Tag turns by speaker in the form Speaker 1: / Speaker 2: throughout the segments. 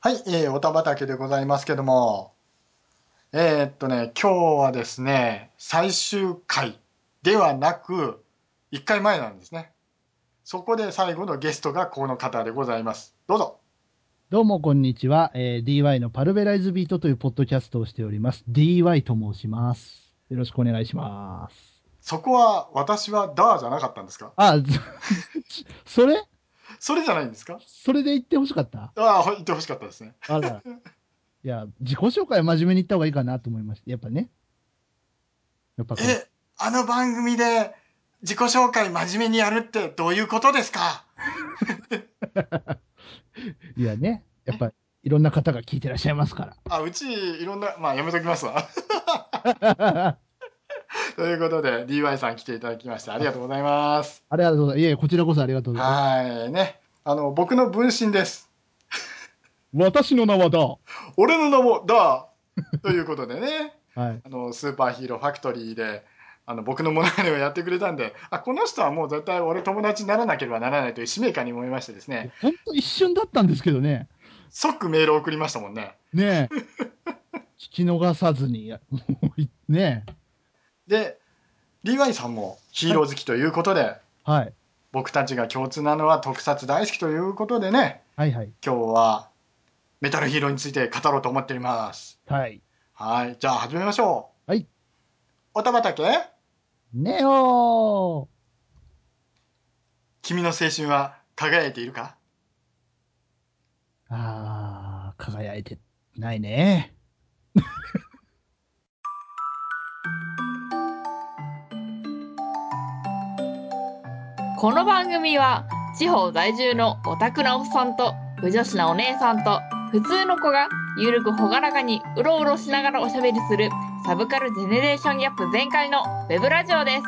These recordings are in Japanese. Speaker 1: はい、えー、おたばたけでございますけども、えーっとね、今日はですね、最終回ではなく、1回前なんですね。そこで最後のゲストがこの方でございます。どうぞ。
Speaker 2: どうも、こんにちは、えー DY のパルベライズビートというポッドキャストをしております。DY と申します。よろしくお願いします。
Speaker 1: そこは、私はダーじゃなかったんですか
Speaker 2: あ、ず それ
Speaker 1: それじゃないんですか
Speaker 2: それで言ってほしかった
Speaker 1: ああ、ほ言ってほしかったですね。
Speaker 2: あら。いや、自己紹介は真面目に言った方がいいかなと思いまして、やっぱね。やっぱこう
Speaker 1: え、あの番組で自己紹介真面目にやるってどういうことですか
Speaker 2: いやね、やっぱいろんな方が聞いてらっしゃいますか
Speaker 1: あ、うち、いろんな、まあ、やめときますわ。
Speaker 2: ら。
Speaker 1: ということで、DY さん来ていただきまして、ありがとうございます。
Speaker 2: ありがとうございます。いえいえ、こちらこそありがとうございま
Speaker 1: はい、ね。あの、僕の分身です。
Speaker 2: す。私の名はだ。
Speaker 1: 俺の名も、だということでね、
Speaker 2: はい。
Speaker 1: あの、スーパーヒーローファクトリーで、あの、僕のモノマネをやってくれたんで、あ、この人はもう絶対俺友達にならなければならないという使命感に思いましてですね、
Speaker 2: ほんと一瞬だったんですけどね。
Speaker 1: 即メールを送りましたもんね。
Speaker 2: ねえ。 聞き逃さずに、やもういねえ。
Speaker 1: で、DY さんもヒーロー好きということで、
Speaker 2: はい。
Speaker 1: 僕たちが共通なのは特撮大好きということでね、
Speaker 2: はいはい。
Speaker 1: 今日はメタルヒーローについて語ろうと思っております。
Speaker 2: はい。
Speaker 1: はい、じゃあ始めましょう。
Speaker 2: はい。
Speaker 1: おたばたけ、
Speaker 2: ネオ
Speaker 1: 君の青春は輝いているか
Speaker 2: ーあー、輝いてないね。
Speaker 3: この番組は地方在住のオタクなおっさんと不女子なお姉さんと普通の子がゆるくほがらかにうろうろしながらおしゃべりするサブカルジェネレーションギャップ全開のウェブラジオです。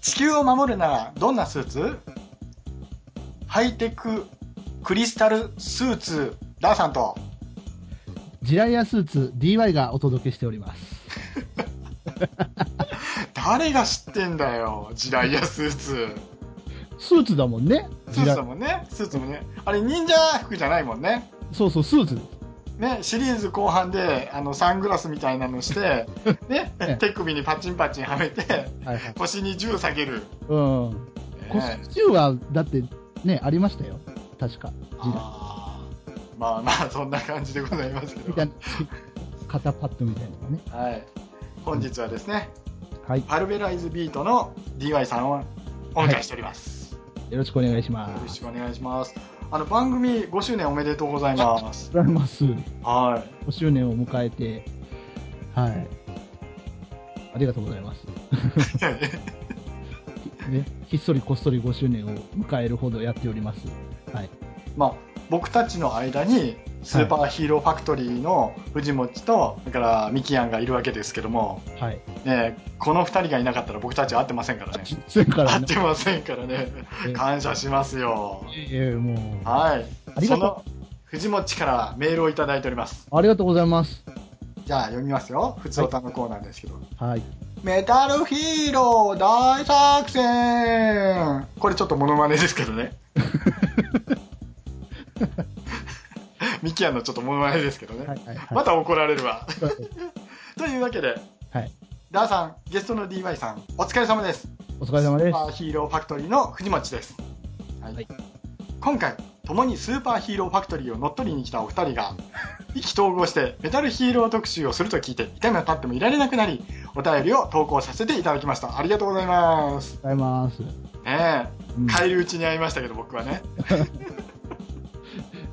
Speaker 1: 地球を守るならどんなスーツハイテククリスタルスーツダーさんと
Speaker 2: ジライアスーツ DY がお届けしております。
Speaker 1: 誰が知ってんだよジライアスーツ
Speaker 2: スーツだもんね。
Speaker 1: ス
Speaker 2: ジ
Speaker 1: ー
Speaker 2: ラ
Speaker 1: ツだもんねスーツもねあれ忍者服じゃないもんね
Speaker 2: そうそう、スーツ。
Speaker 1: ねシリーズ後半であのサングラスみたいなのして ね
Speaker 2: ね
Speaker 1: 手首にパチンパチンはめて
Speaker 2: はいはい。
Speaker 1: 腰に銃下げる、
Speaker 2: うん。コ
Speaker 1: ね
Speaker 2: スチュームは、だってね、ありましたよ。確か。ジラ
Speaker 1: あーまあまあそんな感じでございますけ
Speaker 2: み
Speaker 1: ど、
Speaker 2: たいな。肩パッドみたいなのね。
Speaker 1: はい、本日はですね
Speaker 2: はい。よ
Speaker 1: パルベライズビートの DY さんをお迎えしております、
Speaker 2: ろしくお願いし
Speaker 1: よ
Speaker 2: ま
Speaker 1: ろし
Speaker 2: す。
Speaker 1: くお願いしますあの番組5周年おめでとうございます
Speaker 2: ありがとうございます。
Speaker 1: は
Speaker 2: 5周年を迎えて、はい。ありがとうございます。
Speaker 1: い
Speaker 2: ね、ひっそりこっそり5周年を迎えるほどやっております。はい。
Speaker 1: まあ僕たちの間にスーパーヒーローファクトリーの藤持とだからミキヤンがいるわけですけども、
Speaker 2: はい。
Speaker 1: ね、この2人がいなかったら僕たちは会ってませんからね
Speaker 2: それから
Speaker 1: 会っ
Speaker 2: ね、
Speaker 1: てませんからね
Speaker 2: え
Speaker 1: 感謝しますよ
Speaker 2: いえいえもう、
Speaker 1: はい
Speaker 2: あり
Speaker 1: そ
Speaker 2: がと
Speaker 1: の藤持からメールをいただいております
Speaker 2: ありがとうございます。
Speaker 1: じゃあ読みますよ普通歌のコーナーですけど、
Speaker 2: はい。
Speaker 1: メタルヒーロー大作戦これちょっとモノマネですけど ねミキアンのちょっとモノマネですけどね、
Speaker 2: はい。はい。は
Speaker 1: ま
Speaker 2: い。
Speaker 1: た怒られるわというわけで、
Speaker 2: はい
Speaker 1: ダーさんゲストの DY さんお疲れ様です
Speaker 2: お疲れ様で
Speaker 1: スーパー
Speaker 2: す。
Speaker 1: ヒーローファクトリーの藤持です、はい
Speaker 2: はい
Speaker 1: 今回共にスーパーヒーローファクトリーを乗っ取りに来たお二人が意気投合してメタルヒーロー特集をすると聞いていても立ってもいられなくなりお便りを投稿させていただきましたありがとうございます
Speaker 2: お疲れ様です。
Speaker 1: ねえ
Speaker 2: うん
Speaker 1: 帰り討ちに会いましたけど僕はね、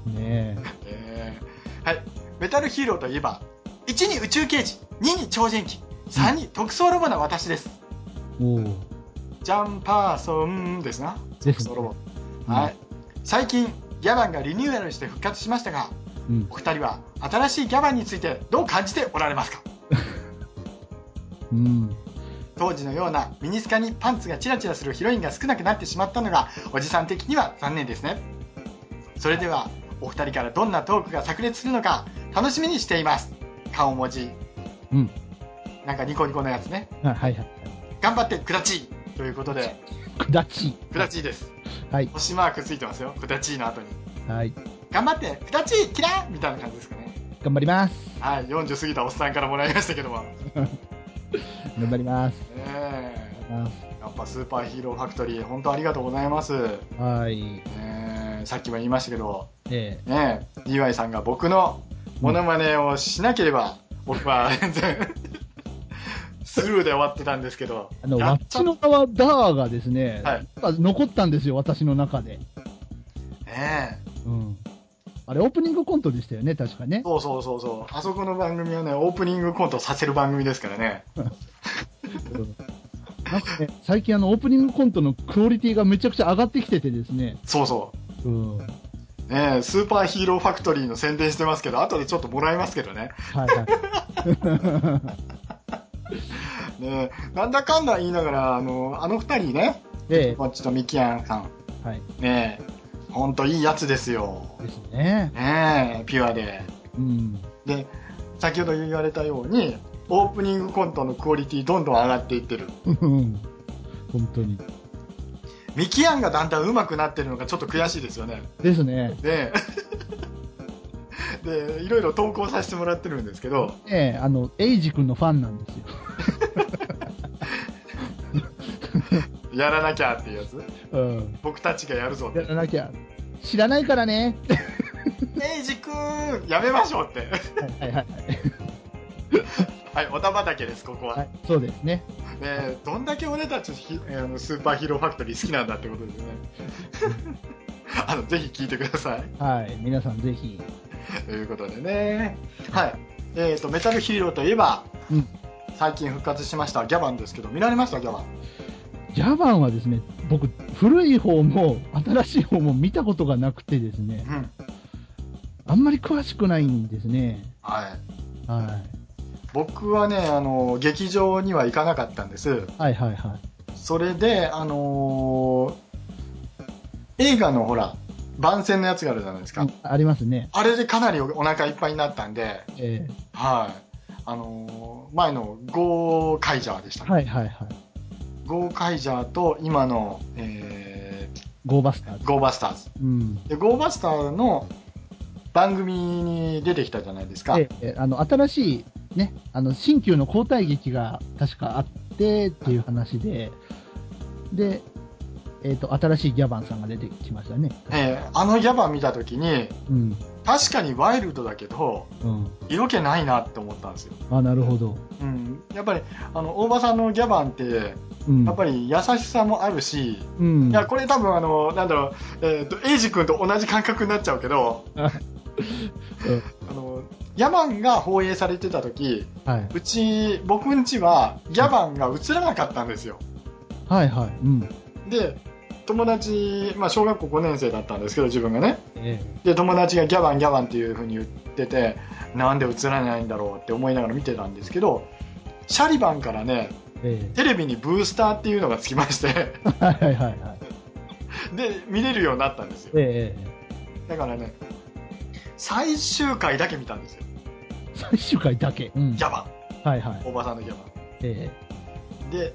Speaker 2: ね
Speaker 1: えーはいメタルヒーローといえば1に宇宙刑事2に超人機3に特装ロボな私です、
Speaker 2: え。おー
Speaker 1: ジャンパーソンですな
Speaker 2: ぜ
Speaker 1: 特
Speaker 2: ひ
Speaker 1: 装ロボはい、最近ギャバンがリニューアルして復活しましたが
Speaker 2: うん。
Speaker 1: お二人は新しいギャバンについてどう感じておられますか
Speaker 2: うん。
Speaker 1: 当時のようなミニスカにパンツがチラチラするヒロインが少なくなってしまったのがおじさん的には残念ですねそれではお二人からどんなトークが炸裂するのか楽しみにしています顔文字
Speaker 2: うん。
Speaker 1: なんかニコニコのやつね
Speaker 2: あはいはいはい。
Speaker 1: 頑張ってくだちということで、
Speaker 2: くだち。
Speaker 1: くだちいです。
Speaker 2: はい。
Speaker 1: 星マークついてますよ。くだちいの後に。
Speaker 2: はい。
Speaker 1: 頑張って、くだちいキラーみたいな感じですかね。
Speaker 2: 頑張ります。
Speaker 1: はい、40過ぎたおっさんからもらいましたけども。ね
Speaker 2: 頑張ります。
Speaker 1: えやっぱスーパーヒーローファクトリー、本当ありがとうございます。ね
Speaker 2: はい。
Speaker 1: えさっきも言いましたけど、
Speaker 2: え
Speaker 1: ねえ、DY さんが僕のモノマネをしなければ、僕は全然 スルーで終わってたんですけど、
Speaker 2: ー、あの、
Speaker 1: や
Speaker 2: わ
Speaker 1: っ
Speaker 2: っ
Speaker 1: ちゃ
Speaker 2: ちの側ダーがですね、
Speaker 1: はい
Speaker 2: やっぱ残ったんですよ、私の中で。
Speaker 1: ねえ、
Speaker 2: うん。あれ、オープニングコントでしたよね、確かね。
Speaker 1: そうそうそうそう、あそこの番組はね、オープニングコントさせる番組ですからね。
Speaker 2: うんなんかね、最近あの、オープニングコントのクオリティがめちゃくちゃ上がってきててですね。
Speaker 1: そうそ。
Speaker 2: うん。はいう
Speaker 1: ねえ、スーパーヒーローファクトリーの宣伝してますけど、後でちょっともらいますけどね。
Speaker 2: はい。
Speaker 1: ねえ、なんだかんだ言いながら、あの、あの二人ね、
Speaker 2: え
Speaker 1: こっちとミキアンさん、
Speaker 2: え、はい。
Speaker 1: ねえ、ほんといいやつですよ。
Speaker 2: ですね。
Speaker 1: ねえ、ピュアで。
Speaker 2: うん。
Speaker 1: で、先ほど言われたように、オープニングコントのクオリティどんどん上がっていってる。
Speaker 2: うん本当に。
Speaker 1: ミキアンがだんだん上手くなってるのがちょっと悔しいですよね。
Speaker 2: ですね。
Speaker 1: で、で、いろいろ投稿させてもらってるんですけど、
Speaker 2: ええ、あの、エイジ君のファンなんですよ。
Speaker 1: やらなきゃっていうやつ。
Speaker 2: うん。
Speaker 1: 僕たちがやるぞっ
Speaker 2: や
Speaker 1: て。
Speaker 2: らなきゃ。知らないからね。
Speaker 1: エイジくん、やめましょうって。
Speaker 2: はいはいはい。
Speaker 1: はい、おたばだけです、ここは。
Speaker 2: はい、そうですね。
Speaker 1: ねえどんだけ俺たちひあのスーパーヒーローファクトリー好きなんだってことですよね あのぜひ聞いてください
Speaker 2: はい。皆さんぜひ。
Speaker 1: ということでねはいえー、とメタルヒーローといえば、
Speaker 2: うん
Speaker 1: 最近復活しましたギャバンですけど見られましたギャバン
Speaker 2: ジャバンはですね、僕、古い方も新しい方も見たことがなくてですね、
Speaker 1: うん
Speaker 2: あんまり詳しくないんですね。
Speaker 1: はい
Speaker 2: は
Speaker 1: 僕はねあの劇場には行かなかったんです
Speaker 2: い。はいはいはい。
Speaker 1: それであのー映画のほら番宣のやつがあるじゃないですか、
Speaker 2: うんありますね。
Speaker 1: あれでかなりお腹いっぱいになったんで
Speaker 2: ええ
Speaker 1: はい。あのー前のゴーカイジャーでしたね。
Speaker 2: はいはいはい。
Speaker 1: ゴーカイジャーと今の、え
Speaker 2: ゴーバスター
Speaker 1: ー
Speaker 2: ズ。
Speaker 1: ゴーバスターズ。
Speaker 2: うん。
Speaker 1: で、ゴーバスターズの番組に出てきたじゃないですか。
Speaker 2: ええあの、新しい、ね、あの、新旧の交代劇が確かあってっていう話で、で、えっ、と、新しいギャバンさんが出てきましたね。
Speaker 1: えーあのギャバ見た時に、
Speaker 2: うん。
Speaker 1: 確かにワイルドだけど、
Speaker 2: うん。
Speaker 1: 色気ないなって思ったんですよ。
Speaker 2: あ、なるほど。
Speaker 1: うん。やっぱり、あの、大場さんのギャバンって、
Speaker 2: うん。
Speaker 1: やっぱり優しさもあるし、
Speaker 2: うん。
Speaker 1: いや、これ多分あの、なんだろう、えっ、と、エイジ君と同じ感覚になっちゃうけど、あの、ヤマンが放映されてた時、
Speaker 2: はい。
Speaker 1: うち、僕んちは、ヤマンが映らなかったんですよ。
Speaker 2: はいはい。うん。
Speaker 1: で、友達、まあ、小学校5年生だったんですけど、自分がね。
Speaker 2: え
Speaker 1: で、友達がギャバン、ギャバンっていう風に言ってて、なんで映らないんだろうって思いながら見てたんですけど、シャリバンからね、
Speaker 2: ええ
Speaker 1: テレビにブースターっていうのがつきまして、
Speaker 2: え はいはいはいはい。
Speaker 1: で、見れるようになったんですよ。
Speaker 2: ええ
Speaker 1: だからね、最終回だけ見たんですよ。
Speaker 2: 最終回だけ。うん。
Speaker 1: ギャバ
Speaker 2: はいはい
Speaker 1: ン、。おばさんのギャバン。
Speaker 2: え
Speaker 1: で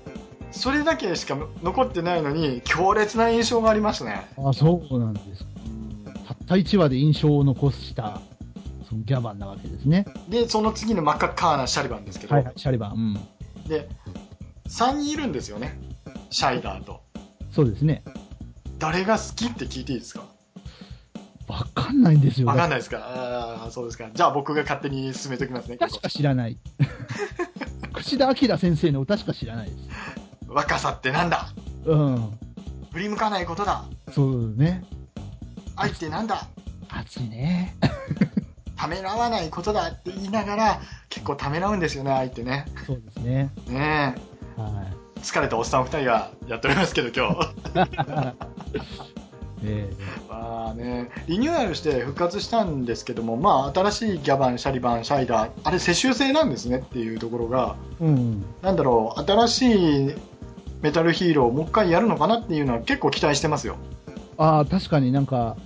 Speaker 1: それだけしか残ってないのに強烈な印象がありましたね
Speaker 2: えあ、そうなんです。たった1話で印象を残した、そのギャバンなわけですね。
Speaker 1: でその次の真っ赤っかなシャリバンですけど、
Speaker 2: はいはい。シャリバン。うん。
Speaker 1: で3人いるんですよねシャイダーと
Speaker 2: そうですね。
Speaker 1: 誰が好きって聞いていいですか
Speaker 2: わかんないんですよ。
Speaker 1: わかんないですかあーそうですかじゃあ僕が勝手に進めときますねこ
Speaker 2: 歌しか知ら ない。櫛田明先生の歌しか知らないです。
Speaker 1: こ若さってなんだ
Speaker 2: うん。
Speaker 1: 振り向かないことだ
Speaker 2: そうね。
Speaker 1: 愛ってなんだ
Speaker 2: 熱いね。
Speaker 1: ためらわないことだって言いながら結構ためらうんですよね愛ってね
Speaker 2: そうですね。
Speaker 1: ねえ
Speaker 2: は
Speaker 1: 疲れたおっさん2人がやっておりますけど今日
Speaker 2: い。え
Speaker 1: まあね、リニューアルして復活したんですけども、まあ、新しいギャバン、シャリバン、シャイダー、あれ、世襲制なんですねっていうところが、
Speaker 2: えうん。
Speaker 1: なんだろう、新しいメタルヒーローをもう一回やるのかなっていうのは結構期待してますよ。
Speaker 2: ああ、確かになんか、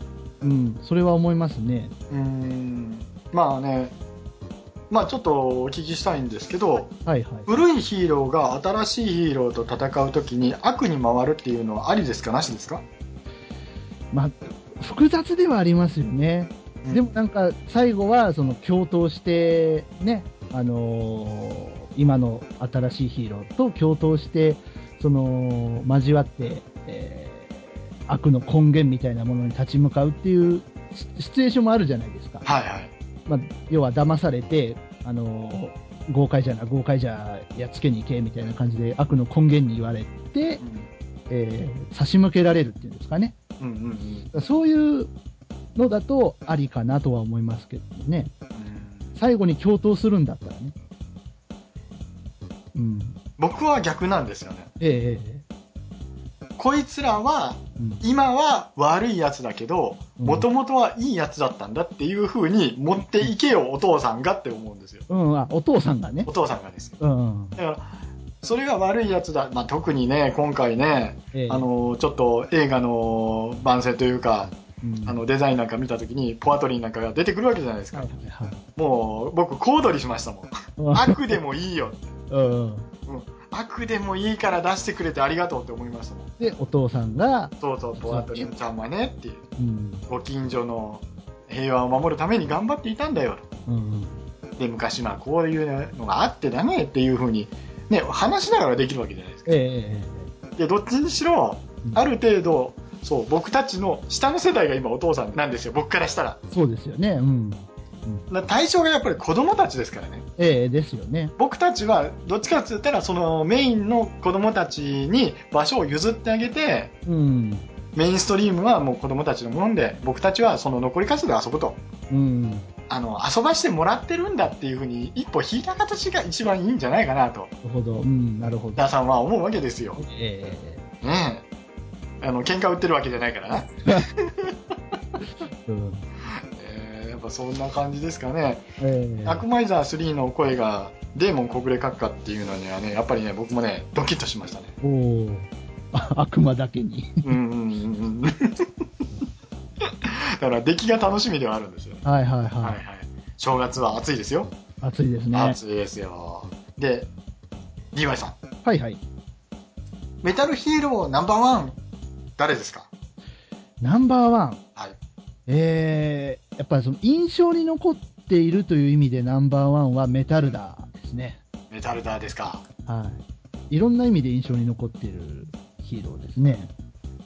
Speaker 2: うん、それは思いますね。
Speaker 1: うーん、まあね、まあ、ちょっとお聞きしたいんですけど
Speaker 2: はいはい。
Speaker 1: 古いヒーローが新しいヒーローと戦う時に悪に回るっていうのはありですかなしですか
Speaker 2: まあ、複雑ではありますよね。
Speaker 1: うん
Speaker 2: でもなんか、最後は、その、共闘して、ね、あのー今の新しいヒーローと共闘して、その、交わって、えー悪の根源みたいなものに立ち向かうっていうシシチュエーションもあるじゃないですか。
Speaker 1: はいはい
Speaker 2: まあ、要は騙されて、あのー豪快じゃな、豪快じゃ、やっつけに行け、みたいな感じで悪の根源に言われて、えー差し向けられるっていうんですかね。
Speaker 1: うんうんうん
Speaker 2: そういうのだとありかなとは思いますけどね。
Speaker 1: うん
Speaker 2: 最後に共闘するんだったらね。うん。
Speaker 1: 僕は逆なんですよね
Speaker 2: ええええ
Speaker 1: こいつらは
Speaker 2: うん
Speaker 1: 今は悪いやつだけど
Speaker 2: うん
Speaker 1: もともとはいいやつだったんだっていう風に持っていけよお父さんがって思うんですよ
Speaker 2: うん。あ、お父さんがね
Speaker 1: お。父さんがですよ
Speaker 2: うん。
Speaker 1: だからそれが悪いやつだ、まあ、特にね今回ね
Speaker 2: ええ
Speaker 1: あ、のちょっと映画の番宣というか
Speaker 2: うん
Speaker 1: あのデザインなんか見た時にポアトリーなんかが出てくるわけじゃないですか、
Speaker 2: はいはいはい
Speaker 1: もう僕小躍りしましたもん悪でもいいよ
Speaker 2: うん。
Speaker 1: 悪でもいいから出してくれてありがとうって思いましたもん
Speaker 2: で、お父さんが、
Speaker 1: そうそうポアトリーちゃんはねっていう
Speaker 2: うん。
Speaker 1: ご近所の平和を守るために頑張っていたんだよ
Speaker 2: うん。
Speaker 1: とで昔はこういうのがあってだねっていうふうに、ね、話しながらできるわけじゃないですか
Speaker 2: ええええ
Speaker 1: でどっちにしろ
Speaker 2: うん
Speaker 1: ある程度そう僕たちの下の世代が今お父さんなんですよ僕からしたら
Speaker 2: ええそうですよね。うん。
Speaker 1: な対象がやっぱり子供たちですからね
Speaker 2: ええですよね。
Speaker 1: 僕たちはどっちかって言ったらそのメインの子供たちに場所を譲ってあげて
Speaker 2: うん。
Speaker 1: メインストリームはもう子供たちのもんで僕たちはその残りカスで遊ぶと
Speaker 2: うん。
Speaker 1: あの遊ばしてもらってるんだっていうふうに一歩引いた形が一番いいんじゃないかなと
Speaker 2: なるほど。うん。なるほど。
Speaker 1: ダーさんは思うわけですよ、
Speaker 2: えええ
Speaker 1: ねえ、あの喧嘩売ってるわけじゃないからな、
Speaker 2: えうん。
Speaker 1: えーやっぱそんな感じですかね
Speaker 2: ええ
Speaker 1: アクマイザー3の声がデーモン小暮閣下っていうのにはねやっぱりね僕もねドキッとしましたね
Speaker 2: おおーあ悪魔だけに
Speaker 1: うんうんうんうん だから出来が楽しみではあるんですよ、
Speaker 2: はいはいはい、
Speaker 1: はいはい、正月は暑いですよ、
Speaker 2: 暑いですね
Speaker 1: 暑いですよで DY さん
Speaker 2: はいはい
Speaker 1: メタルヒーローナンバーワン誰ですか
Speaker 2: ナンバーワン
Speaker 1: はい
Speaker 2: えー、やっぱりその印象に残っているという意味でナンバーワンはメタルダですね
Speaker 1: メタルダーですか
Speaker 2: はいいろんな意味で印象に残っているヒーローですね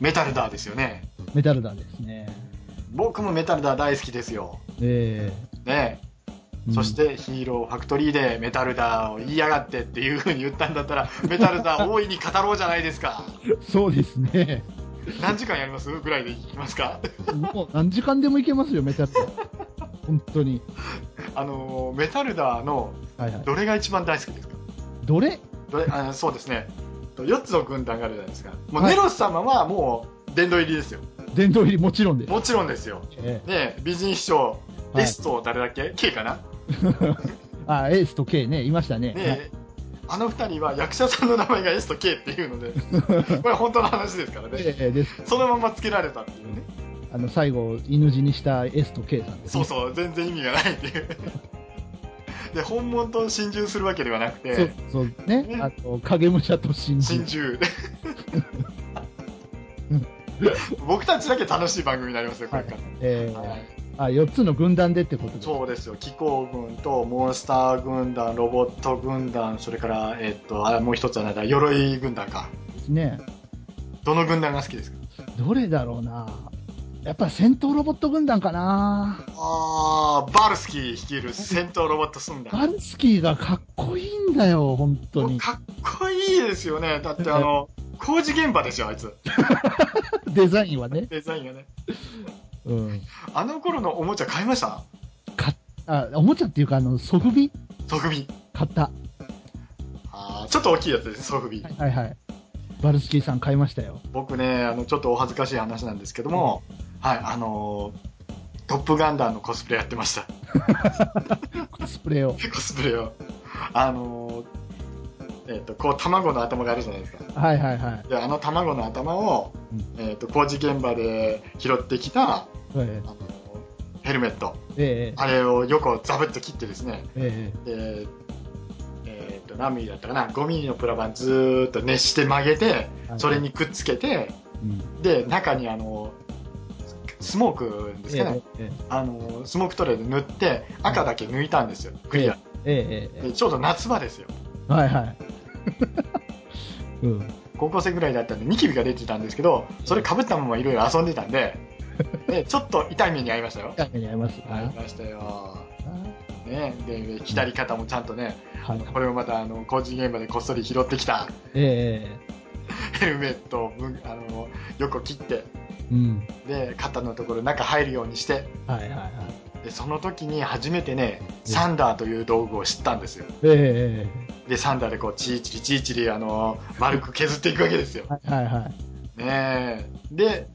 Speaker 1: メタルダーですよね
Speaker 2: メタルダですね
Speaker 1: 僕もメタルダー大好きですよ
Speaker 2: え
Speaker 1: ね
Speaker 2: ー、
Speaker 1: そしてヒーローファクトリーでメタルダーを言いやがってっていう風に言ったんだったらメタルダー大いに語ろうじゃないです か
Speaker 2: うんそうですね
Speaker 1: 何時間やりますぐらいでいきますか
Speaker 2: もう何時間でもいけますよメタルダ本当に
Speaker 1: あのーメタルダーの
Speaker 2: はいはい
Speaker 1: どれが一番大好きですか
Speaker 2: どれ
Speaker 1: どれあーそうですね4つの軍団があるじゃないですかもう
Speaker 2: は
Speaker 1: ネ
Speaker 2: い
Speaker 1: ロス様はもう殿堂入りですよ
Speaker 2: 殿堂入りもちろんです、
Speaker 1: もちろんですよ
Speaker 2: え
Speaker 1: ねえ美人秘書
Speaker 2: はい
Speaker 1: エスト誰だっけ K かな
Speaker 2: ーあエースと K ねいましたねはい
Speaker 1: ねえあの二人は役者さんの名前がエスト K っていうの でこれ本当の話ですからね
Speaker 2: えーです
Speaker 1: そのままつけられたっていうね
Speaker 2: あの最後犬死にした S と K さんです、
Speaker 1: そうそう全然意味がないっていう で本物と心中するわけではなく
Speaker 2: そう
Speaker 1: て
Speaker 2: そうね
Speaker 1: ね
Speaker 2: あと影武者と新
Speaker 1: 心
Speaker 2: 人
Speaker 1: 中僕たちだけ楽しい番組になりますよこ
Speaker 2: は
Speaker 1: れ
Speaker 2: い
Speaker 1: から、
Speaker 2: えー
Speaker 1: はい
Speaker 2: あ4つの軍団でってことで
Speaker 1: そうですよ気候軍とモンスター軍団ロボット軍団それから、えっとあもう一つはなんだ鎧軍団か
Speaker 2: すね
Speaker 1: どの軍団が好きですか
Speaker 2: どれだろうなやっぱ戦闘ロボット軍団かな
Speaker 1: ああバルスキー率いる戦闘ロボット軍団
Speaker 2: バルスキーがかっこいいんだよ本当に
Speaker 1: かっこいいですよねだってあ の工事現場ですよあいつ
Speaker 2: デザインはね、
Speaker 1: デザインがね
Speaker 2: うん、
Speaker 1: あの頃のおもちゃ買いました
Speaker 2: かあおもちゃっていうかあのソフビ
Speaker 1: ソフビ
Speaker 2: 買った
Speaker 1: あーちょっと大きいやつですソフビ、
Speaker 2: はいはいはいバルスキーさん買いましたよ
Speaker 1: 僕ねあのちょっとお恥ずかしい話なんですけども、はいあのートップガンダーのコスプレやってました
Speaker 2: コスプレを
Speaker 1: コスプレをあのーえっ、とこう卵の頭があるじゃないですか
Speaker 2: はいはいはい
Speaker 1: であの卵の頭を
Speaker 2: うん、
Speaker 1: えっと工事現場で拾ってきた
Speaker 2: え
Speaker 1: あのヘルメット
Speaker 2: ええ
Speaker 1: あれを横をザブッと切ってですね
Speaker 2: ええ
Speaker 1: でえー、と何ミリだったかな5ミリのプラ板ずーっと熱して曲げて
Speaker 2: はい
Speaker 1: それにくっつけて
Speaker 2: うん
Speaker 1: で中にあのスモークですかね、
Speaker 2: ええ
Speaker 1: あのスモークトレーで塗って赤だけ抜いたんですよクリア
Speaker 2: ええええ
Speaker 1: でちょうど夏場ですよ
Speaker 2: はいはい うん
Speaker 1: 高校生ぐらいだったんでニキビが出てたんですけどそれかぶったままいろいろ遊んでたん ででちょっと痛い目に遭いましたよ
Speaker 2: 近くにあります
Speaker 1: 遭い
Speaker 2: は
Speaker 1: ましたよ、
Speaker 2: い
Speaker 1: ね、で左肩もちゃんとね
Speaker 2: はい
Speaker 1: これをまたあの工事現場でこっそり拾ってきた
Speaker 2: え
Speaker 1: ヘルメットをむあの横切って
Speaker 2: えうん
Speaker 1: で肩のところ中入るようにして
Speaker 2: はいはいはい
Speaker 1: でその時に初めてねサンダーという道具を知ったんですよ
Speaker 2: ええ
Speaker 1: でサンダーでこうチーチリチーチリあの丸く削っていくわけですよ、
Speaker 2: はいはいはい
Speaker 1: ねえ、で、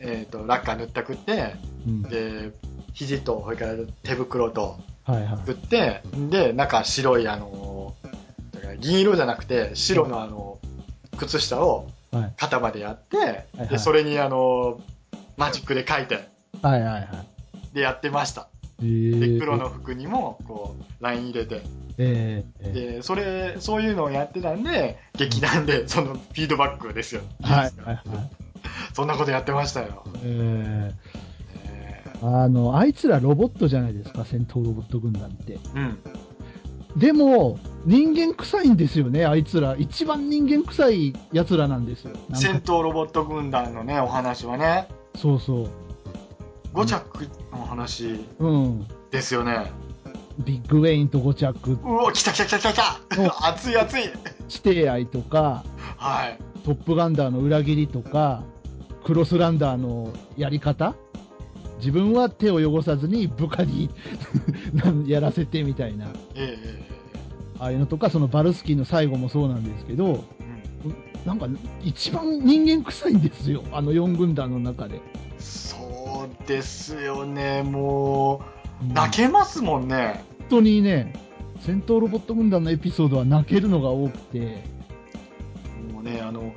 Speaker 1: えー、とラッカー塗ったくって
Speaker 2: うん
Speaker 1: で肘とそれから手袋と
Speaker 2: はいはい
Speaker 1: くってで中白いあのだから銀色じゃなくて白のあの靴下を
Speaker 2: はい
Speaker 1: 肩までやって、
Speaker 2: はいは
Speaker 1: で
Speaker 2: い
Speaker 1: それにあのマジックで書いて
Speaker 2: はいはいは
Speaker 1: でやってました
Speaker 2: いえ
Speaker 1: で
Speaker 2: え
Speaker 1: 黒の服にもこうライン入れて
Speaker 2: ええええ
Speaker 1: でそれそういうのをやってたんで劇団でそのフィードバックですよ、
Speaker 2: はいはいはい
Speaker 1: そんなことやってましたよ、
Speaker 2: え
Speaker 1: ね
Speaker 2: えあのあいつらロボットじゃないですか戦闘ロボット軍団って
Speaker 1: えうん
Speaker 2: でも人間臭いんですよねあいつら一番人間臭いやつらなんですよなん
Speaker 1: 戦
Speaker 2: か
Speaker 1: 闘ロボット軍団のねお話はね
Speaker 2: そうそう
Speaker 1: 5着のお話
Speaker 2: うん
Speaker 1: ですよね
Speaker 2: ビッグウェインとゴチャク
Speaker 1: うお来た来た来た来た来た 熱い熱い
Speaker 2: 地底愛とか
Speaker 1: はい
Speaker 2: トップガンダーの裏切りとか、クロスランダーのやり方、自分は手を汚さずに部下に なんやらせてみたいな、
Speaker 1: ええ
Speaker 2: ああいうのとか、そのバルスキーの最後もそうなんですけど、
Speaker 1: ええええうん
Speaker 2: なんか一番人間臭いんですよ、あの4軍団の中で。
Speaker 1: そうですよねもう
Speaker 2: 本
Speaker 1: 泣けますもんね
Speaker 2: 当にね、戦闘ロボット軍団のエピソードは泣けるのが多くて、
Speaker 1: もうねあの
Speaker 2: うん、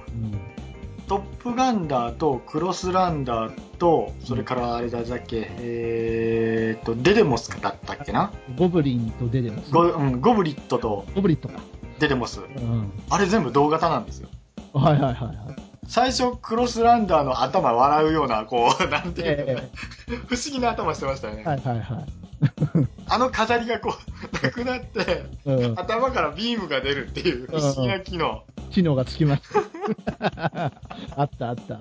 Speaker 1: 「トップガンダー」と「クロスランダー」とそれからあれだっけえー、っとデデモスだったっけな
Speaker 2: ゴブリンとデデモス、
Speaker 1: ゴ,、
Speaker 2: ゴ
Speaker 1: うん、ゴブリットと
Speaker 2: ブリンとか、
Speaker 1: デデモス
Speaker 2: うん、
Speaker 1: あれ全部同型なんですよ
Speaker 2: はいはいはいはい。
Speaker 1: 最初クロスランダーの頭笑うようなこう なんていうの、
Speaker 2: え
Speaker 1: 不思議な頭してましたよね、
Speaker 2: えはいはいはい。
Speaker 1: あの飾りがこうな くなって
Speaker 2: うん
Speaker 1: 頭からビームが出るっていう不思議な機能
Speaker 2: 機能がつきま した。あったあったあった。
Speaker 1: も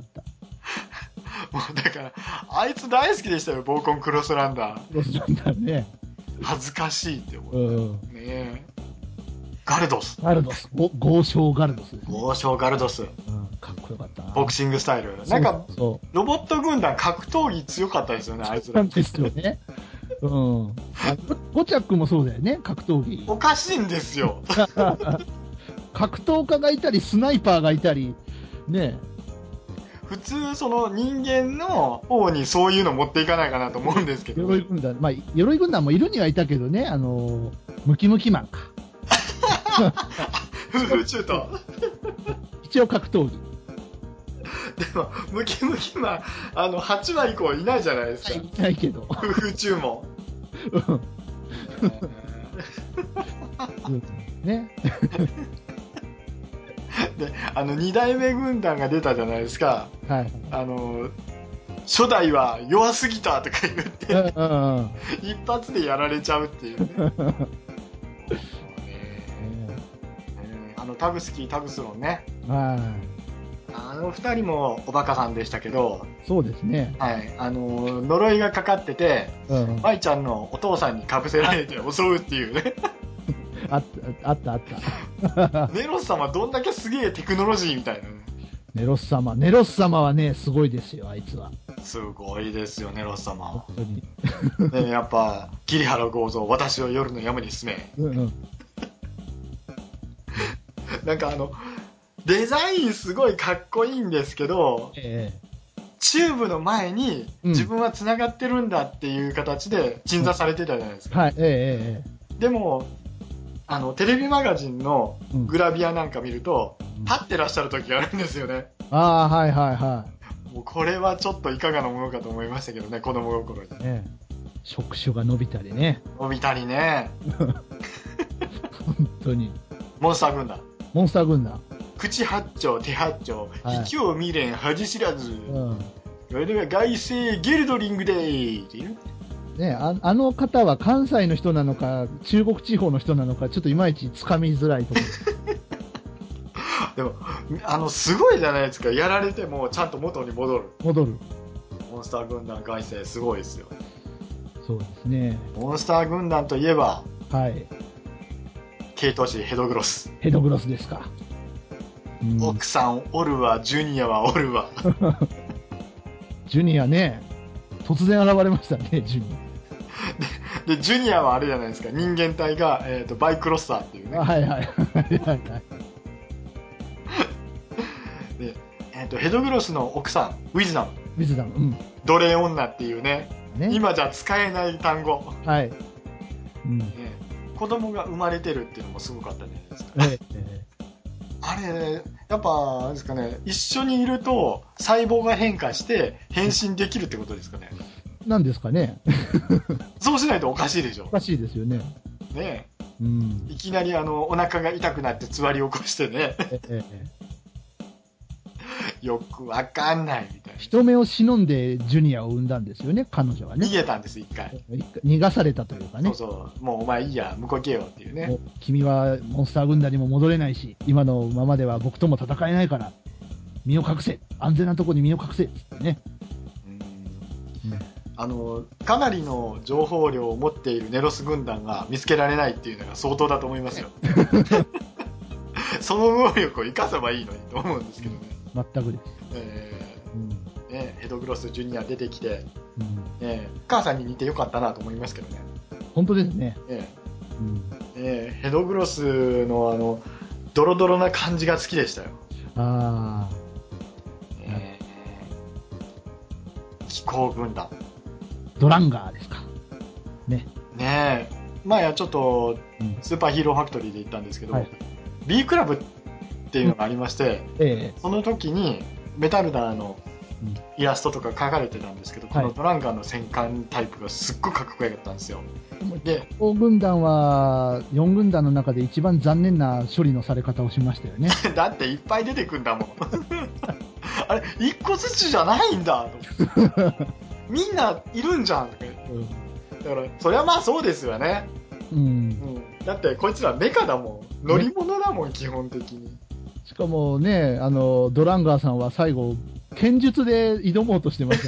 Speaker 1: うだからあいつ大好きでしたよ暴婚クロスランダー
Speaker 2: ロスなんだね。
Speaker 1: 恥ずかしいって思う
Speaker 2: うん。
Speaker 1: ねえガルドス
Speaker 2: ガルドス。ご豪商ガルドスですね。
Speaker 1: 豪商ガルドス
Speaker 2: うん、かっこよかったな。
Speaker 1: ボクシングスタイルなんか
Speaker 2: そうそう。
Speaker 1: ロボット軍団格闘技強かったですよねあいつ
Speaker 2: な
Speaker 1: ら
Speaker 2: んですよね。うん。あゴチャックもそうだよね、格闘 技。
Speaker 1: おかしいんですよ
Speaker 2: 格闘家がいたり、スナイパーがいたり、ね
Speaker 1: 普通その人間の王にそういうの持っていかないかなと思うんですけど
Speaker 2: 鎧軍団、まあ、鎧軍団もいるにはいたけどね、あのームキムキマンか。
Speaker 1: 夫婦中と
Speaker 2: 一応格闘技。
Speaker 1: でもムキムキマンあの8割以降いないじゃないですか
Speaker 2: いないけど。
Speaker 1: 夫婦中も
Speaker 2: うんうんね。
Speaker 1: であの2代目軍団が出たじゃないですか
Speaker 2: はい。
Speaker 1: あの初代は弱すぎたとか言っ
Speaker 2: うん
Speaker 1: て
Speaker 2: うんうん。
Speaker 1: 一発でやられちゃうっていうねもうねうんあのタグスキータグスロンね
Speaker 2: は
Speaker 1: あの2人もおバカさんでしたけど、
Speaker 2: い、そうですね。
Speaker 1: はい、あの呪いがかかってて
Speaker 2: うん、あ
Speaker 1: 舞ちゃんのお父さんにかぶせられて襲うっていうね
Speaker 2: あった、あった、あった。
Speaker 1: ネロス様どんだけすげえテクノロジーみたいなね
Speaker 2: ネロス様、ネロス様はね、すごいですよ、あいつは。
Speaker 1: すごいですよネロス様は
Speaker 2: 本当に。
Speaker 1: ね、やっぱ桐原剛造私を夜の山に住め
Speaker 2: うんうん。
Speaker 1: なんかあのデザインすごいかっこいいんですけど
Speaker 2: え
Speaker 1: チューブの前に
Speaker 2: うん
Speaker 1: 自分はつながってるんだっていう形で鎮座されてたじゃないです
Speaker 2: え
Speaker 1: か、
Speaker 2: はい、ええ
Speaker 1: でもあのテレビマガジンの
Speaker 2: ええうん
Speaker 1: グラビアなんか見ると
Speaker 2: うん
Speaker 1: 立ってらっしゃる時があるんですよね
Speaker 2: ああ、はいはいは
Speaker 1: もうこれはちょっといかがなものかと思いましたけどね子供心に
Speaker 2: い。ねえ触手が伸びたりね、
Speaker 1: 伸びたりね。
Speaker 2: 本当に。
Speaker 1: モンスター軍団。
Speaker 2: モンスター軍団。
Speaker 1: 口八丁、手八丁、
Speaker 2: はい
Speaker 1: 卑怯未練、恥知らず。
Speaker 2: うん。
Speaker 1: それでは外星ゲルドリングデイっていう。
Speaker 2: ね、ああの方は関西の人なのか、中国地方の人なのか、ちょっといまいちつかみづらいとこ
Speaker 1: でも、あの、すごいじゃないですか。やられてもちゃんと元に戻る。
Speaker 2: ろ 戻る。
Speaker 1: モンスター軍団外星すごいですよ。
Speaker 2: そうですね。
Speaker 1: モンスター軍団といえば、
Speaker 2: はい。
Speaker 1: 系統師ヘドグロス。
Speaker 2: ヘドグロスですか。うん、
Speaker 1: 奥さんおるわ、ジュニアはおるわ。
Speaker 2: ジュニアね、突然現れましたね、ジュニ
Speaker 1: で、ジュニアはあれじゃないですか。人間体が、えっ、と、バイクロッサーっていう
Speaker 2: ア。
Speaker 1: ね。
Speaker 2: はいはいはいはいはい。
Speaker 1: で、えっ、と、ヘドグロスの奥さん、ウィズナム。
Speaker 2: ミズダム、うん。
Speaker 1: 奴隷女っていうね、
Speaker 2: ね、
Speaker 1: 今じゃ使えない単語。
Speaker 2: はい。うん。
Speaker 1: ね子供が生まれてるっていうのもすごかったじゃないですか。
Speaker 2: ええ
Speaker 1: あれ、やっぱ、あれですかね、一緒にいると細胞が変化して変身できるってことですかね。
Speaker 2: なんですかね。
Speaker 1: そうしないとおかしいでしょ
Speaker 2: お。かしいですよね。
Speaker 1: ね
Speaker 2: うん。
Speaker 1: いきなりあの、お腹が痛くなってつわり起こしてね、
Speaker 2: えええ
Speaker 1: よくわかんないみたい
Speaker 2: え
Speaker 1: な。
Speaker 2: 人目を忍んでジュニアを産んだんですよね、彼女は
Speaker 1: 逃
Speaker 2: ね。
Speaker 1: げたんです、一回。
Speaker 2: 逃がされたというか
Speaker 1: そ
Speaker 2: ね
Speaker 1: う。そう、もうお前いいや、向こう行けよっていうね
Speaker 2: も。う君はモンスター軍団にも戻れないし、今のままでは僕とも戦えないから、身を隠せ、安全なとこに身を隠せっつってね、
Speaker 1: うん
Speaker 2: うん
Speaker 1: あの、かなりの情報量を持っているネロス軍団が見つけられないっていうのが相当だと思い ますよ。その能力を生かせばいいのにと思うんですけどね。
Speaker 2: 全くです。
Speaker 1: え
Speaker 2: う
Speaker 1: ー
Speaker 2: ん
Speaker 1: ねヘドグロスジュニア出てきて、
Speaker 2: うん、
Speaker 1: えー母さんに似てよかったなと思いますけどね。
Speaker 2: 本当ですね、
Speaker 1: え
Speaker 2: うん、
Speaker 1: ーえーヘドグロスのあの、ドロドロな感じが好きでしたよ。
Speaker 2: あ
Speaker 1: えー気候軍団。
Speaker 2: ードランガーですか、
Speaker 1: ねえ前はちょっと
Speaker 2: うん
Speaker 1: スーパーヒーローファクトリーで行ったんですけど、
Speaker 2: はい
Speaker 1: B クラブっていうのがありまして、
Speaker 2: え
Speaker 1: その時にメタルダーの
Speaker 2: うん
Speaker 1: イラストとか描かれてたんですけど、
Speaker 2: はい
Speaker 1: このドランガーの戦艦タイプがすっごいかっこよかったんですよで
Speaker 2: え、大軍団は4軍団の中で一番残念な処理のされ方をしましたよね、
Speaker 1: だっていっぱい出てくんだもん あれ一個ずつじゃないんだと思ってみんないるんじゃんとか言ってだからそりゃまあそうですよね、
Speaker 2: うん、
Speaker 1: うん、だってこいつらメカだもん乗り物だもん、基本的に
Speaker 2: しかもねあの、ドランガーさんは最後、剣術で挑もうとしてまし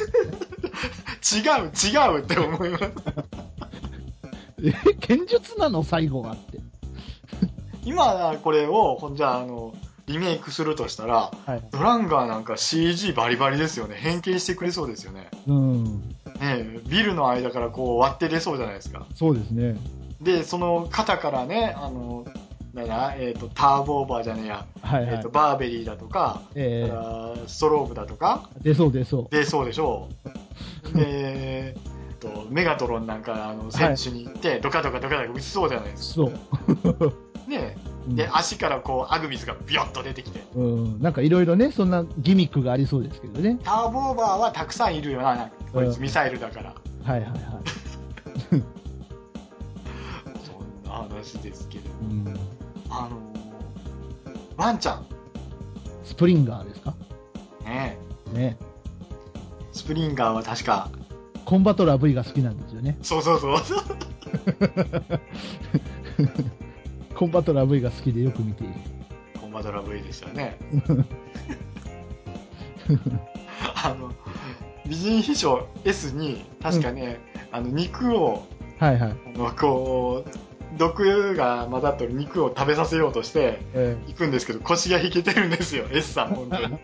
Speaker 2: た
Speaker 1: 違う違うって思います
Speaker 2: え剣術なの最後はって。
Speaker 1: 今これをほんじゃあのリメイクするとしたら
Speaker 2: はい。
Speaker 1: ドランガーなんか CG バリバリですよね変形してくれそうですよね
Speaker 2: うん。
Speaker 1: ねえビルの間からこう割って出そうじゃないですか
Speaker 2: そうですね。
Speaker 1: でその肩からねあのなんだ、えー、とターボオーバーじゃねえや、
Speaker 2: はいはい。
Speaker 1: えー、とバーベリーだとか、
Speaker 2: えー
Speaker 1: あーストローブだとか
Speaker 2: 出そう出そ
Speaker 1: 出そうでしょうでえーとメガトロンなんかあの選手に行って、ドカドカドカドカ打ちそうじゃないで
Speaker 2: う。
Speaker 1: す
Speaker 2: そう。
Speaker 1: かねえ
Speaker 2: うん
Speaker 1: で、足からこう、アグビスがビョッと出てきて、
Speaker 2: うん。なんかいろいろね、そんなギミックがありそうですけどね。
Speaker 1: ターボーバーはたくさんいるよな、なんかこいうつ
Speaker 2: ん
Speaker 1: ミサイルだから。
Speaker 2: はいはいはい。
Speaker 1: そんな話ですけど、
Speaker 2: うん。
Speaker 1: あのーワンちゃん、
Speaker 2: スプリンガーですか
Speaker 1: ね、
Speaker 2: ね。
Speaker 1: スプリンガーは確か、
Speaker 2: コンバトラー V が好きなんですよね。
Speaker 1: そうそうそう、
Speaker 2: コンバトラー V が好きでよく見ている。
Speaker 1: コンバトラ V でした ね。あの、美人秘書 S に、確かね、あの、肉を、
Speaker 2: はいはい。
Speaker 1: あの、こう、毒が混ざってる肉を食べさせようとして、
Speaker 2: え
Speaker 1: 行くんですけど腰が引けてるんですよ S さん本 当に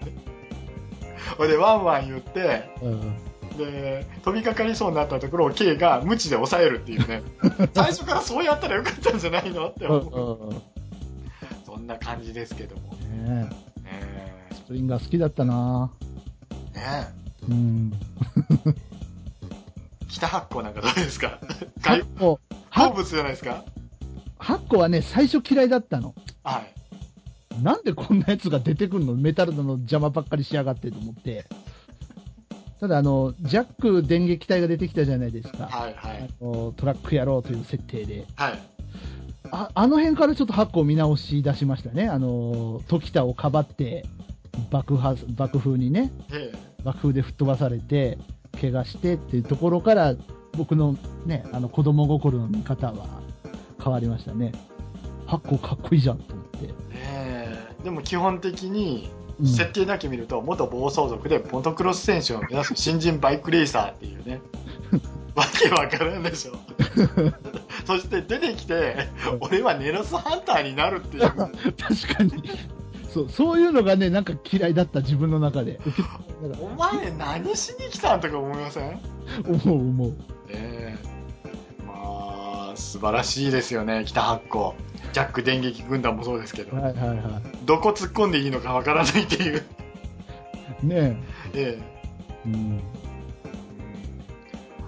Speaker 1: ほいでワンワン言って
Speaker 2: ーうん。
Speaker 1: で飛びかかりそうになったところを K が無知で抑えるっていう ね最初からそうやったらよかったんじゃないのって
Speaker 2: う
Speaker 1: 思
Speaker 2: ん
Speaker 1: う
Speaker 2: うんうん
Speaker 1: そんな感じですけども
Speaker 2: ね
Speaker 1: ね
Speaker 2: えスプリンガー好きだったな
Speaker 1: えね
Speaker 2: うん。
Speaker 1: え北八甲なんかどうですか怪
Speaker 2: 8個。
Speaker 1: 好
Speaker 2: は
Speaker 1: 物じゃないですか
Speaker 2: 8個はね、最初嫌いだったの。
Speaker 1: はい
Speaker 2: なんでこんなやつが出てくるのメタルの邪魔ばっかりしやがってと思って。ただあの、ジャック電撃隊が出てきたじゃないですか、
Speaker 1: はいは
Speaker 2: あ
Speaker 1: い。
Speaker 2: のトラック野郎という設定で、
Speaker 1: はい。
Speaker 2: ああの辺からちょっとハッコを見直し出しましたね、あの時田をかばって爆破爆風にね、
Speaker 1: ええ
Speaker 2: 爆風で吹っ飛ばされて、怪我してっていうところから、僕の,、ね、あの子供心の見方は変わりましたね、ハッコかっこいいじゃんと思って。
Speaker 1: ええでも基本的に
Speaker 2: うん
Speaker 1: 設定だけ見ると元暴走族でモトクロス選手を目指す新人バイクレーサーっていう ねわけわからんでしょそして出てきて俺はネロスハンターになるっていう
Speaker 2: 確かに そうそういうのがねなんか嫌いだった自分の中で受けなんか
Speaker 1: お前何しに来たんとか思いません
Speaker 2: 思う思う
Speaker 1: ええまあ素晴らしいですよね北八甲ジャック電撃軍団もそうですけど、
Speaker 2: はいはいは
Speaker 1: どこ突っ込んでいいのかわからないっていう、
Speaker 2: いね
Speaker 1: え
Speaker 2: え、うん、
Speaker 1: え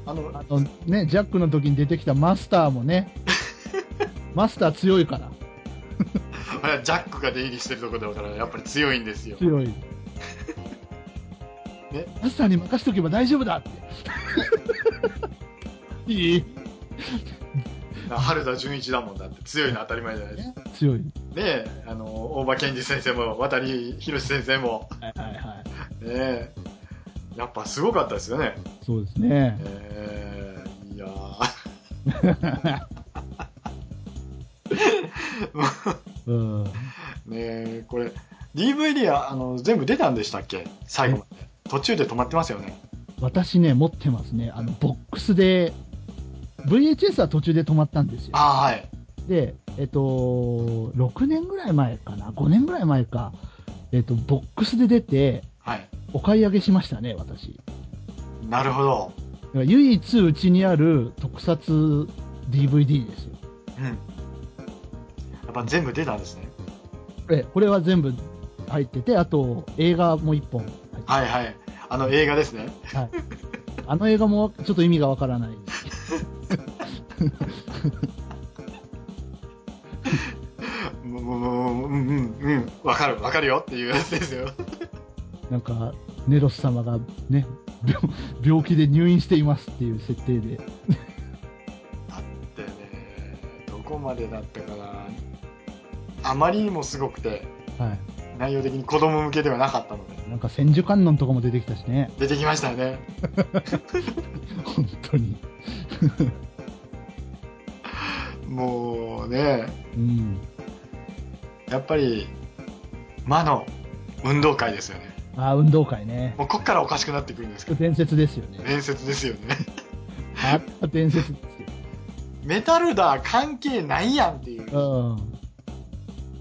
Speaker 1: あの
Speaker 2: あとねジャックの時に出てきたマスターも ねマスター強いから
Speaker 1: ジャックが出入りしてるところだからやっぱり強いんですよ
Speaker 2: 強い
Speaker 1: え
Speaker 2: マスターに任しとけば大丈夫だって いい
Speaker 1: 春田純一だもんだって強いの当たり前じゃないですか
Speaker 2: 強い
Speaker 1: ねえあの大場健二先生も渡宏先生も
Speaker 2: はいはいはい
Speaker 1: ねえやっぱすごかったですよね
Speaker 2: そうですね
Speaker 1: えーいやーも
Speaker 2: うん
Speaker 1: うねえこれ DVD はあの全部出たんでしたっけ最後まで途中で止まってますよね
Speaker 2: 私ね、持ってますね。あの、ボックスで、VHS は途中で止まったんですよ。
Speaker 1: ああはい
Speaker 2: で、えっと、6年ぐらい前かな、5年ぐらい前か、えっと、ボックスで出て、
Speaker 1: はい
Speaker 2: お買い上げしましたね、私。
Speaker 1: なるほど
Speaker 2: だから唯一うちにある特撮 DVD ですよ。
Speaker 1: うんやっぱ全部出たんですね
Speaker 2: え、これは全部入ってて、あと、映画も1本入ってて
Speaker 1: はいはいあの映画ですね
Speaker 2: はい。あの映画もちょっと意味がわからない。
Speaker 1: もうもううんうんうんわかるわかるよっていうやつですよ
Speaker 2: なんか、ネロス様がね、 病病気で入院していますっていう設定で、
Speaker 1: だってねどこまでだったかなあまりにもすごくて
Speaker 2: は
Speaker 1: 内容的に子供向けではなかったので
Speaker 2: い。なんか千手観音とかも出てきたしね、
Speaker 1: 出てきましたね
Speaker 2: 本当に。
Speaker 1: もうね
Speaker 2: うん。
Speaker 1: やっぱり魔の運動会ですよね
Speaker 2: ああ、運動会ね。
Speaker 1: もうこっからおかしくなってくるんですけど
Speaker 2: 伝説ですよね。
Speaker 1: 伝説ですよね
Speaker 2: ああ伝説です
Speaker 1: メタルダー関係ないやんっていう
Speaker 2: よ。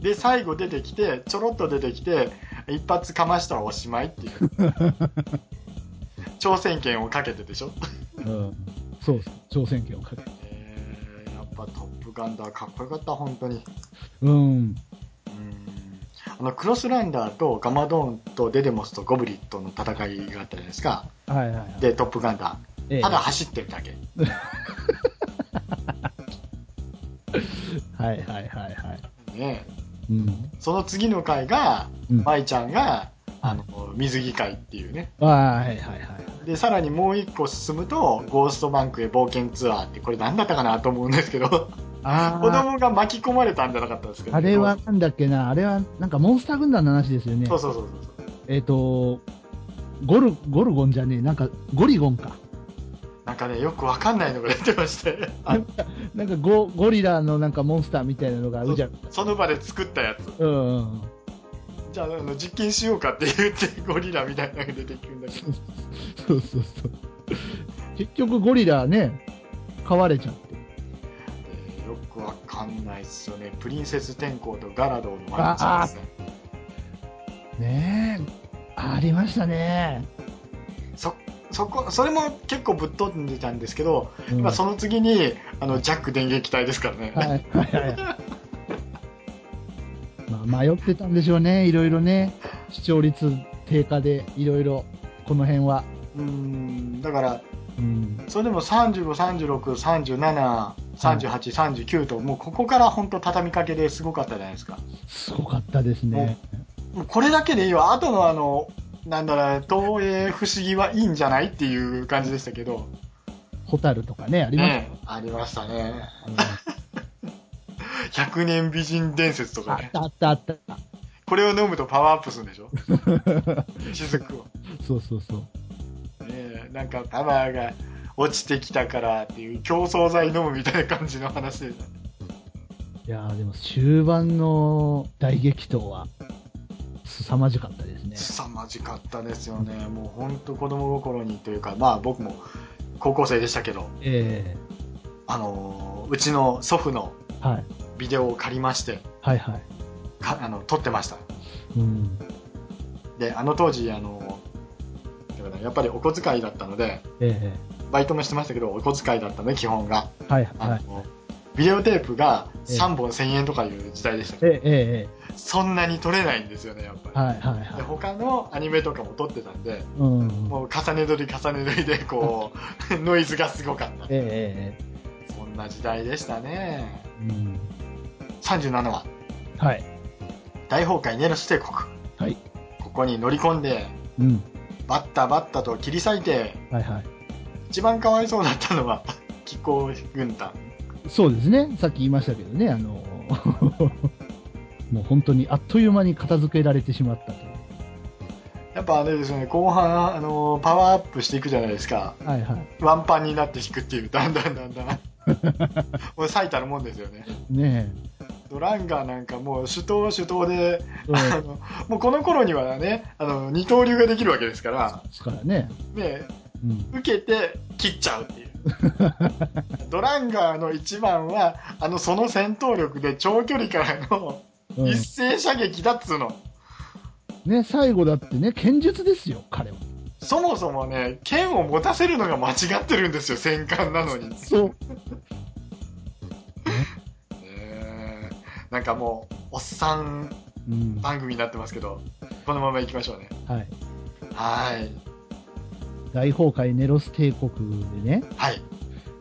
Speaker 1: で最後出てきてちょろっと出てきて一発かましたらおしまい っていう挑戦権をかけてでしょ、
Speaker 2: うん。うん。そうそう。挑戦権をかけて。
Speaker 1: えーやっぱ「トップガンダー」かっこよかった本当に
Speaker 2: うん。
Speaker 1: うんあのクロスランダーとガマドーンとデデモスとゴブリットの戦いがあったじゃないですか
Speaker 2: はいはいはい。
Speaker 1: で「トップガンダ
Speaker 2: え
Speaker 1: ー」
Speaker 2: え
Speaker 1: ただ走ってるだけ
Speaker 2: はいはいはいはい。
Speaker 1: ね
Speaker 2: うん。
Speaker 1: その次の回が
Speaker 2: うん。
Speaker 1: 舞ちゃんがあの水着会っていうね
Speaker 2: はいはいはい。
Speaker 1: でさらにもう一個進むと「ゴーストバンクへ冒険ツアー」ってこれ何だったかなと思うんですけど子
Speaker 2: あ
Speaker 1: 供が巻き込まれたんじゃなかったですけ
Speaker 2: あ。
Speaker 1: ど
Speaker 2: あれはなんだっけな、あれはなんかモンスター軍団の話ですよね。
Speaker 1: そうそうそうそう
Speaker 2: えっ、と、ゴル、ゴルゴンじゃねえ、なんか、ゴリゴンか。
Speaker 1: なんかねよくわかんないのが出てましてあ
Speaker 2: なんか、なんかゴ、ゴリラのなんかモンスターみたいなのが、うじゃ、
Speaker 1: その場で作ったやつ
Speaker 2: うんうんうん。
Speaker 1: じゃああの実験しようかって言ってゴリラみたいなのが出てくるんだけど
Speaker 2: そうそうそう。結局ゴリラね、飼われちゃって。
Speaker 1: でよくわかんないっすよねプリンセス天候とガラドーのワンちゃん
Speaker 2: あ
Speaker 1: ですね
Speaker 2: ねえ、ありましたね。
Speaker 1: そそこそれも結構ぶっ飛んでたんですけど、
Speaker 2: うん
Speaker 1: 今その次にあのジャック電撃隊ですからね、
Speaker 2: はいはいはい。まあ、迷ってたんでしょうね、いろいろね。視聴率低下で、いろいろ、この辺は。
Speaker 1: うんだから
Speaker 2: うん。
Speaker 1: それでも3536373839と、もうここから本当畳みかけですごかったじゃないですか、
Speaker 2: すごかったですね。
Speaker 1: もうこれだけでいいわあとのあのなんだろう東映不思議はいいんじゃないっていう感じでしたけど、
Speaker 2: ホタルとかね、あります
Speaker 1: ね、ありましたね
Speaker 2: あの
Speaker 1: 100年美人伝説とか
Speaker 2: あっ
Speaker 1: ね
Speaker 2: たあったあった。
Speaker 1: これを飲むとパワーアップするんでしょ雫を、
Speaker 2: そうそうそう。
Speaker 1: ね、なんかパワーが落ちてきたからっていう競争剤飲むみたいな感じの話でした
Speaker 2: いやーでも終盤の大激闘は、凄まじかったですね。
Speaker 1: 凄まじかったですよねもう本当子供心にというかまあ僕も高校生でしたけど
Speaker 2: え
Speaker 1: あのーうちの祖父の
Speaker 2: えはい。
Speaker 1: ビデオを借りまして
Speaker 2: はいはい。
Speaker 1: かあの撮ってました
Speaker 2: うん。
Speaker 1: であの当時あのだからやっぱりお小遣いだったので
Speaker 2: え
Speaker 1: バイトもしてましたけどお小遣いだったので基本が
Speaker 2: えはい
Speaker 1: あ
Speaker 2: はい。
Speaker 1: の、ビデオテープが3本1000円とかいう時代でしたけ
Speaker 2: え
Speaker 1: ど、
Speaker 2: ええ
Speaker 1: そんなに撮れないんですよねやっぱり、
Speaker 2: えはいはい
Speaker 1: で
Speaker 2: は
Speaker 1: 他のアニメとかも撮ってたんで
Speaker 2: い。うん。
Speaker 1: もう重ね撮り重ね撮りでこう ノイズがすごかった
Speaker 2: えええ
Speaker 1: そんな時代でしたね
Speaker 2: えうん。
Speaker 1: 37話
Speaker 2: はい。
Speaker 1: 大崩壊ネロス帝国
Speaker 2: はい。
Speaker 1: ここに乗り込んで
Speaker 2: うん。
Speaker 1: バッタバッタと切り裂いて
Speaker 2: はいはい。
Speaker 1: 一番かわいそうだったのは 気候軍団
Speaker 2: そうですね。さっき言いましたけどね、あの、 もう本当にあっという間に片付けられてしまったという。
Speaker 1: やっぱあれですよね後半あのパワーアップしていくじゃないですか
Speaker 2: はいはい。
Speaker 1: ワンパンになって引くっていう、だんだんだんだん。もう最たるもんですよね。
Speaker 2: ね
Speaker 1: ドランガーなんかもう手刀手刀で、
Speaker 2: え。そう
Speaker 1: あ
Speaker 2: で
Speaker 1: のもうこの頃にはね、あの二刀流ができるわけですから、
Speaker 2: すからね。
Speaker 1: ね、
Speaker 2: うん。
Speaker 1: 受けて切っちゃうって いう。ドランガーの一番は、あのその戦闘力で長距離からの
Speaker 2: うん
Speaker 1: 一斉射撃だっつうの。
Speaker 2: ね、最後だってね、剣術ですよ、彼は。
Speaker 1: そもそもね、剣を持たせるのが間違ってるんですよ、戦艦なのに。
Speaker 2: そう。
Speaker 1: ねえなんかもう、おっさん
Speaker 2: うん。は
Speaker 1: 番組になってますけど、このまま行きましょうね。
Speaker 2: い。
Speaker 1: はい。
Speaker 2: 大崩壊ネロス帝国でね、
Speaker 1: はい。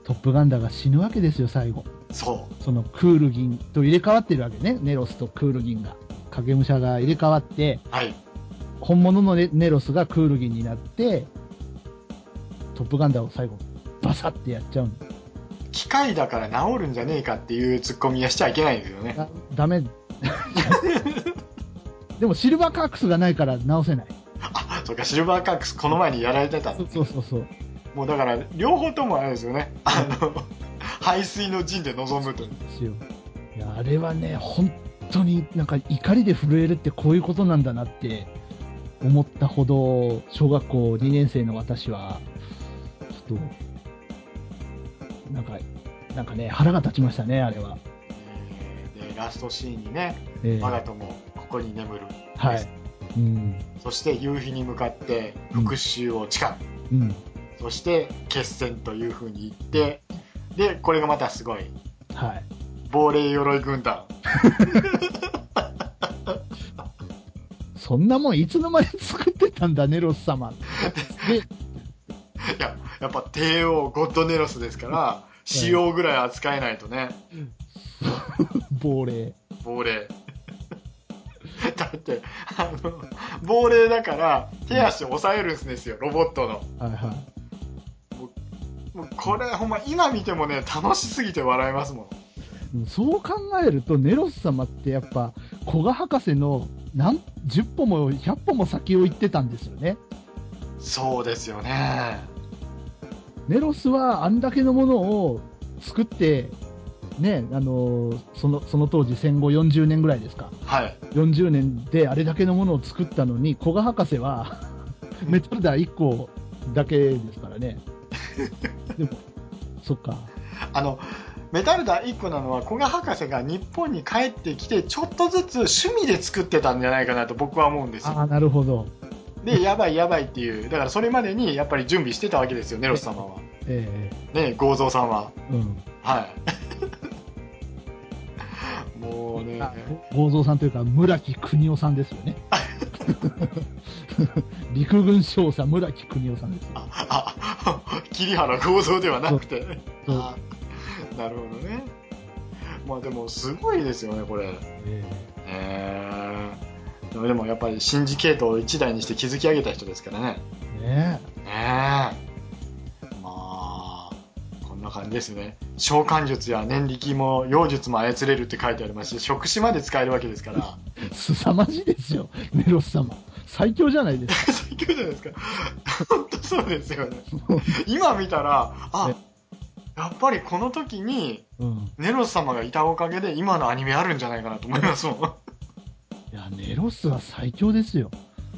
Speaker 2: トップガンダーが死ぬわけですよ、最後。
Speaker 1: そう。
Speaker 2: そのクールギンと入れ替わってるわけね。ネロスとクールギンが。影武者が入れ替わって、
Speaker 1: はい。
Speaker 2: 本物のネネロスがクールギンになって、トップガンダーを最後、バサってやっちゃうんだ。
Speaker 1: 機械だから治るんじゃねえかっていうツッコミはしちゃいけないんですよね。
Speaker 2: だダメ。 でもシルバーカークスがないから直せない。
Speaker 1: あ、そうか、シルバーカックスこの前にやられてたん
Speaker 2: そう
Speaker 1: です
Speaker 2: そうそうそう。
Speaker 1: もうだから、両方ともあれですよね。あの、排水の陣で臨むという。
Speaker 2: ですよ。いや、あれはね、本当になんか怒りで震えるってこういうことなんだなって思ったほど、小学校2年生の私は、ちょっと、なんか、なんかね、腹が立ちましたね、あれは。
Speaker 1: えーで、ラストシーンにね、
Speaker 2: ええ
Speaker 1: 我が友、ここに眠る。
Speaker 2: はい。うん。
Speaker 1: そして、夕日に向かって復讐を誓う。
Speaker 2: うん。
Speaker 1: そして、決戦というふうに言って、で、これがまたすごい。
Speaker 2: はい。
Speaker 1: 亡霊鎧軍団。
Speaker 2: そんなもんいつの間に作ってたんだ、ネロス様。 で、
Speaker 1: いや、やっぱ帝王、ゴッドネロスですから、使用ぐらい扱えないとね、
Speaker 2: 亡霊。
Speaker 1: 亡霊。 だって、あの、亡霊だから、手足押さえるんですよ、ロボットの。
Speaker 2: はいはい。
Speaker 1: もうこれ、ほんま、今見てもね、楽しすぎて笑えますもん。
Speaker 2: うんそう考えると、ネロス様ってやっぱ、古賀博士の何10歩も100歩も先を行ってたんですよね。
Speaker 1: そうですよね。
Speaker 2: ネロスはあんだけのものを作って、ね、あのーそのその当時、戦後40年ぐらいですか、
Speaker 1: はい。
Speaker 2: 40年であれだけのものを作ったのに、古賀博 士はメタルダー1個だけですからね。でもそっか、
Speaker 1: あの、メタルダ1個なのは、古賀博士が日本に帰ってきて、ちょっとずつ趣味で作ってたんじゃないかなと僕は思うんですよ
Speaker 2: あ。あ、なるほど、
Speaker 1: で、やばいやばいっていう、だからそれまでにやっぱり準備してたわけですよ、ネロス様は。
Speaker 2: え
Speaker 1: ね、合蔵さんは。
Speaker 2: えうん、
Speaker 1: はい。もうね、
Speaker 2: あ剛蔵さんというか、村木邦夫さんですよ ね。陸軍少佐、村木邦夫さんですよ。
Speaker 1: あ、あ桐原合蔵ではなくて。
Speaker 2: そう
Speaker 1: あ なるほどね。まあでも、すごいですよね、これ。
Speaker 2: え
Speaker 1: えーでもでもやっぱりシンジケートを一代にして築き上げた人ですからね。
Speaker 2: ね
Speaker 1: ねえ。まあ、こんな感じですね。召喚術や念力も妖術も操れるって書いてありますし、触手まで使えるわけですから、
Speaker 2: え。凄まじいですよ、メロス様。最強じゃないですか。
Speaker 1: 最強じゃない ですか。本当そうですよね。 今見たら、あ、やっぱりこの時に
Speaker 2: うん。
Speaker 1: ネロス様がいたおかげで今のアニメあるんじゃないかなと思いますもん。
Speaker 2: いや、メロスは最強ですよ。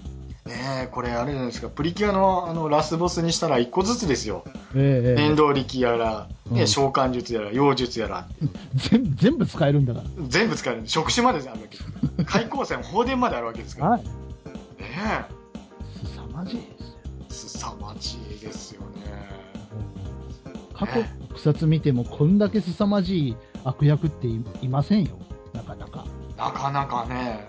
Speaker 1: ねえ、これあれじゃないですか。プリキュアのあのラスボスにしたら一個ずつですよ。
Speaker 2: えええ
Speaker 1: 念
Speaker 2: え
Speaker 1: 動力やら、
Speaker 2: う
Speaker 1: ね、
Speaker 2: ん
Speaker 1: 召喚術やら、妖術やら、
Speaker 2: 全全部使えるんだか。
Speaker 1: 全部使えるんで、触手まであるわけです。 開口線、放電まであるわけですからら。
Speaker 2: はい。
Speaker 1: ね
Speaker 2: 凄まじいですよ。
Speaker 1: え、凄まじいですよね。
Speaker 2: 過去の草津見てもこんだけ凄まじい悪役っていいませんよなかなか、
Speaker 1: なかなかね、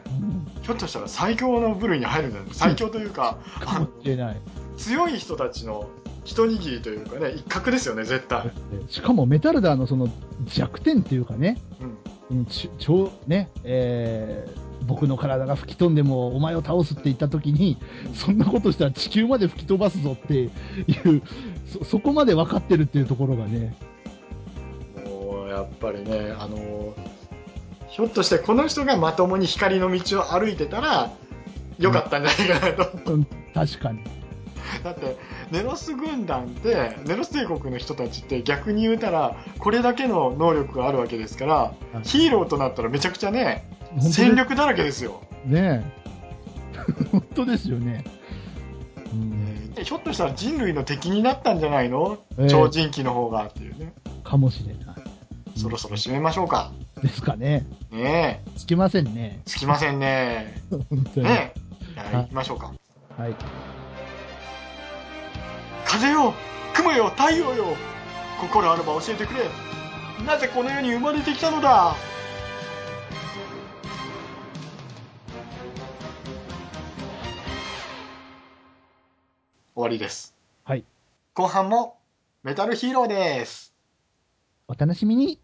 Speaker 2: うん、
Speaker 1: ひょっとしたら最強の部類に入るんじゃない最強というか、
Speaker 2: かもしれない
Speaker 1: 強い人たちの一握りというかね、一角ですよね、絶対。
Speaker 2: しかもメタルダーのその弱点っていうかね
Speaker 1: うん。
Speaker 2: うんち超ねえー僕の体が吹き飛んでもお前を倒すって言った時にそんなことしたら地球まで吹き飛ばすぞっていうそそこまで分かってるっていうところがね
Speaker 1: もう、やっぱりね、あの、ひょっとしてこの人がまともに光の道を歩いてたら、よかったんじゃないかなと。
Speaker 2: うん確かに
Speaker 1: だってネロス軍団でネロス帝国の人たちって逆に言うたらこれだけの能力があるわけですから
Speaker 2: はい
Speaker 1: ヒーローとなったらめちゃくちゃね
Speaker 2: 本当です
Speaker 1: 戦力だらけですよ、
Speaker 2: ねえ 本当ですよね、うん
Speaker 1: でひょっとしたら人類の敵になったんじゃないの、
Speaker 2: ええ
Speaker 1: 超人期の方がっていうね
Speaker 2: かもしれない
Speaker 1: そろそろ締めましょうか
Speaker 2: ですかね
Speaker 1: ねえ
Speaker 2: つきませんね。
Speaker 1: つきませんね
Speaker 2: 本当に。
Speaker 1: ねえ、はい
Speaker 2: はい
Speaker 1: 行きましょうか
Speaker 2: はい。
Speaker 1: 風よ雲よ太陽よ心あれば教えてくれなぜこの世に生まれてきたのだ終わりです
Speaker 2: はい。
Speaker 1: 後半もメタルヒーローです
Speaker 2: お楽しみに。